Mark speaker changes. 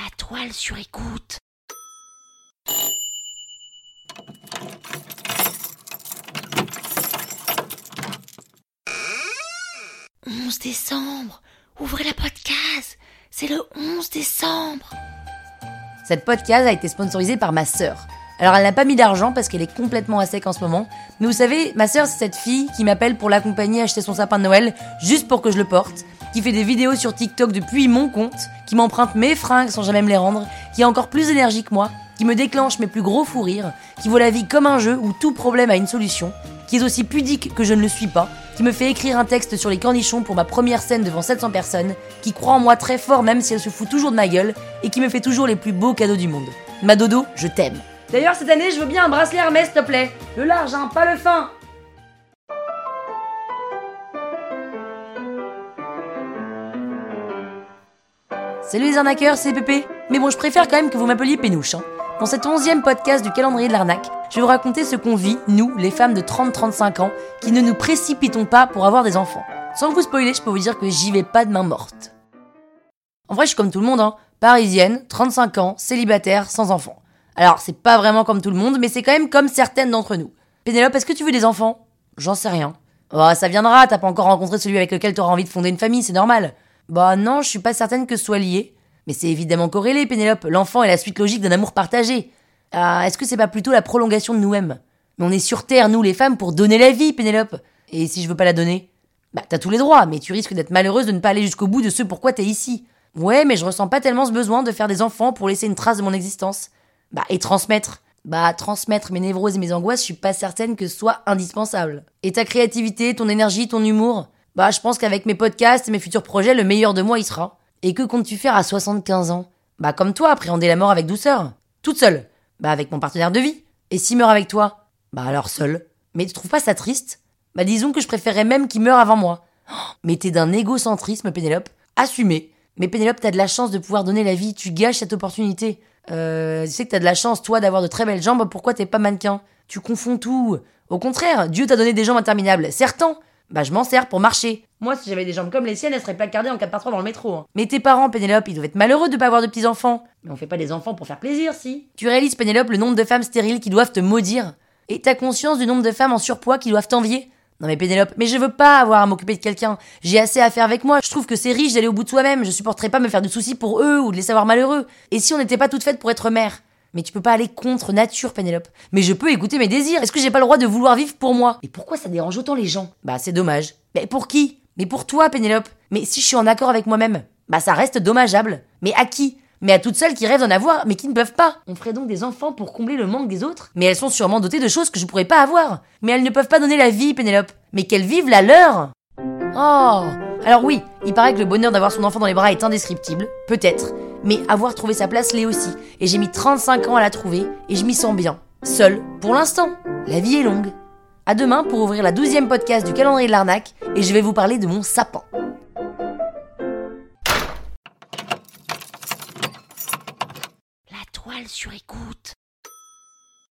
Speaker 1: étoiles sur écoute. « 11 décembre Ouvrez la podcast C'est le 11 décembre
Speaker 2: Cette podcast a été sponsorisée par ma sœur. Alors elle n'a pas mis d'argent parce qu'elle est complètement à sec en ce moment. Mais vous savez, ma sœur c'est cette fille qui m'appelle pour l'accompagner à acheter son sapin de Noël juste pour que je le porte, qui fait des vidéos sur TikTok depuis mon compte, qui m'emprunte mes fringues sans jamais me les rendre, qui est encore plus énergique que moi, qui me déclenche mes plus gros fous rires, qui voit la vie comme un jeu où tout problème a une solution, qui est aussi pudique que je ne le suis pas, qui me fait écrire un texte sur les cornichons pour ma première scène devant 700 personnes, qui croit en moi très fort même si elle se fout toujours de ma gueule, et qui me fait toujours les plus beaux cadeaux du monde. Ma dodo, je t'aime. D'ailleurs, cette année, je veux bien un bracelet Hermès, s'il te plaît. Le large, hein, pas le fin. Salut les arnaqueurs, c'est Pépé. Mais bon, je préfère quand même que vous m'appeliez Pénouche. hein. Dans cet onzième podcast du calendrier de l'arnaque, je vais vous raconter ce qu'on vit, nous, les femmes de 30-35 ans, qui ne nous précipitons pas pour avoir des enfants. Sans vous spoiler, je peux vous dire que j'y vais pas de main morte. En vrai, je suis comme tout le monde, hein. Parisienne, 35 ans, célibataire, sans enfant. Alors, c'est pas vraiment comme tout le monde, mais c'est quand même comme certaines d'entre nous. Pénélope, est-ce que tu veux des enfants J'en sais rien. Oh, ça viendra, t'as pas encore rencontré celui avec lequel t'auras envie de fonder une famille, c'est normal. Bah non, je suis pas certaine que ce soit lié. Mais c'est évidemment corrélé, Pénélope, l'enfant est la suite logique d'un amour partagé. Ah, est-ce que c'est pas plutôt la prolongation de nous-mêmes Mais on est sur Terre, nous les femmes, pour donner la vie, Pénélope. Et si je veux pas la donner bah, t'as tous les droits, mais tu risques d'être malheureuse de ne pas aller jusqu'au bout de ce pourquoi t'es ici. Ouais, mais je ressens pas tellement ce besoin de faire des enfants pour laisser une trace de mon existence. Bah, et transmettre. Bah, transmettre mes névroses et mes angoisses, je suis pas certaine que ce soit indispensable. Et ta créativité, ton énergie, ton humour Bah, je pense qu'avec mes podcasts et mes futurs projets, le meilleur de moi y sera. Et que comptes-tu faire à 75 ans Bah, comme toi, appréhender la mort avec douceur. Toute seule. Bah, avec mon partenaire de vie. Et s'il meurt avec toi Bah, alors seule. Mais tu trouves pas ça triste bah disons que je préférais même qu'il meure avant moi. Oh, mais t'es d'un égocentrisme, Pénélope. Assumé. Mais Pénélope, t'as de la chance de pouvoir donner la vie. Tu gâches cette opportunité. Euh, tu sais que t'as de la chance, toi, d'avoir de très belles jambes. Pourquoi t'es pas mannequin Tu confonds tout. Au contraire, Dieu t'a donné des jambes interminables. Certain. Bah je m'en sers pour marcher. Moi, si j'avais des jambes comme les siennes, elles seraient placardées en 4 par 3 dans le métro. hein. Mais tes parents, Pénélope, ils doivent être malheureux de pas avoir de petits-enfants. Mais on fait pas des enfants pour faire plaisir, si. Tu réalises, Pénélope, le nombre de femmes stériles qui doivent te maudire Et t'as conscience du nombre de femmes en surpoids qui doivent t'envier non mais Pénélope, mais je veux pas avoir à m'occuper de quelqu'un. J'ai assez à faire avec moi. Je trouve que c'est riche d'aller au bout de soi-même. Je supporterais pas me faire de soucis pour eux ou de les savoir malheureux. Et si on n'était pas toutes faites pour être mère Mais tu peux pas aller contre nature, Pénélope. Mais je peux écouter mes désirs. Est-ce que j'ai pas le droit de vouloir vivre pour moi Et pourquoi ça dérange autant les gens Bah c'est dommage. Mais pour qui Mais pour toi, Pénélope. Mais si je suis en accord avec moi-même, bah ça reste dommageable. Mais à qui mais à toutes celles qui rêvent d'en avoir, mais qui ne peuvent pas. On ferait donc des enfants pour combler le manque des autres Mais elles sont sûrement dotées de choses que je pourrais pas avoir. Mais elles ne peuvent pas donner la vie, Pénélope. Mais qu'elles vivent la leur Oh Alors oui, il paraît que le bonheur d'avoir son enfant dans les bras est indescriptible, peut-être. Mais avoir trouvé sa place l'est aussi. Et j'ai mis 35 ans à la trouver, et je m'y sens bien. Seule, pour l'instant. La vie est longue. À demain pour ouvrir la 12e podcast du calendrier de l'arnaque, et je vais vous parler de mon sapin.
Speaker 1: La toile sur écoute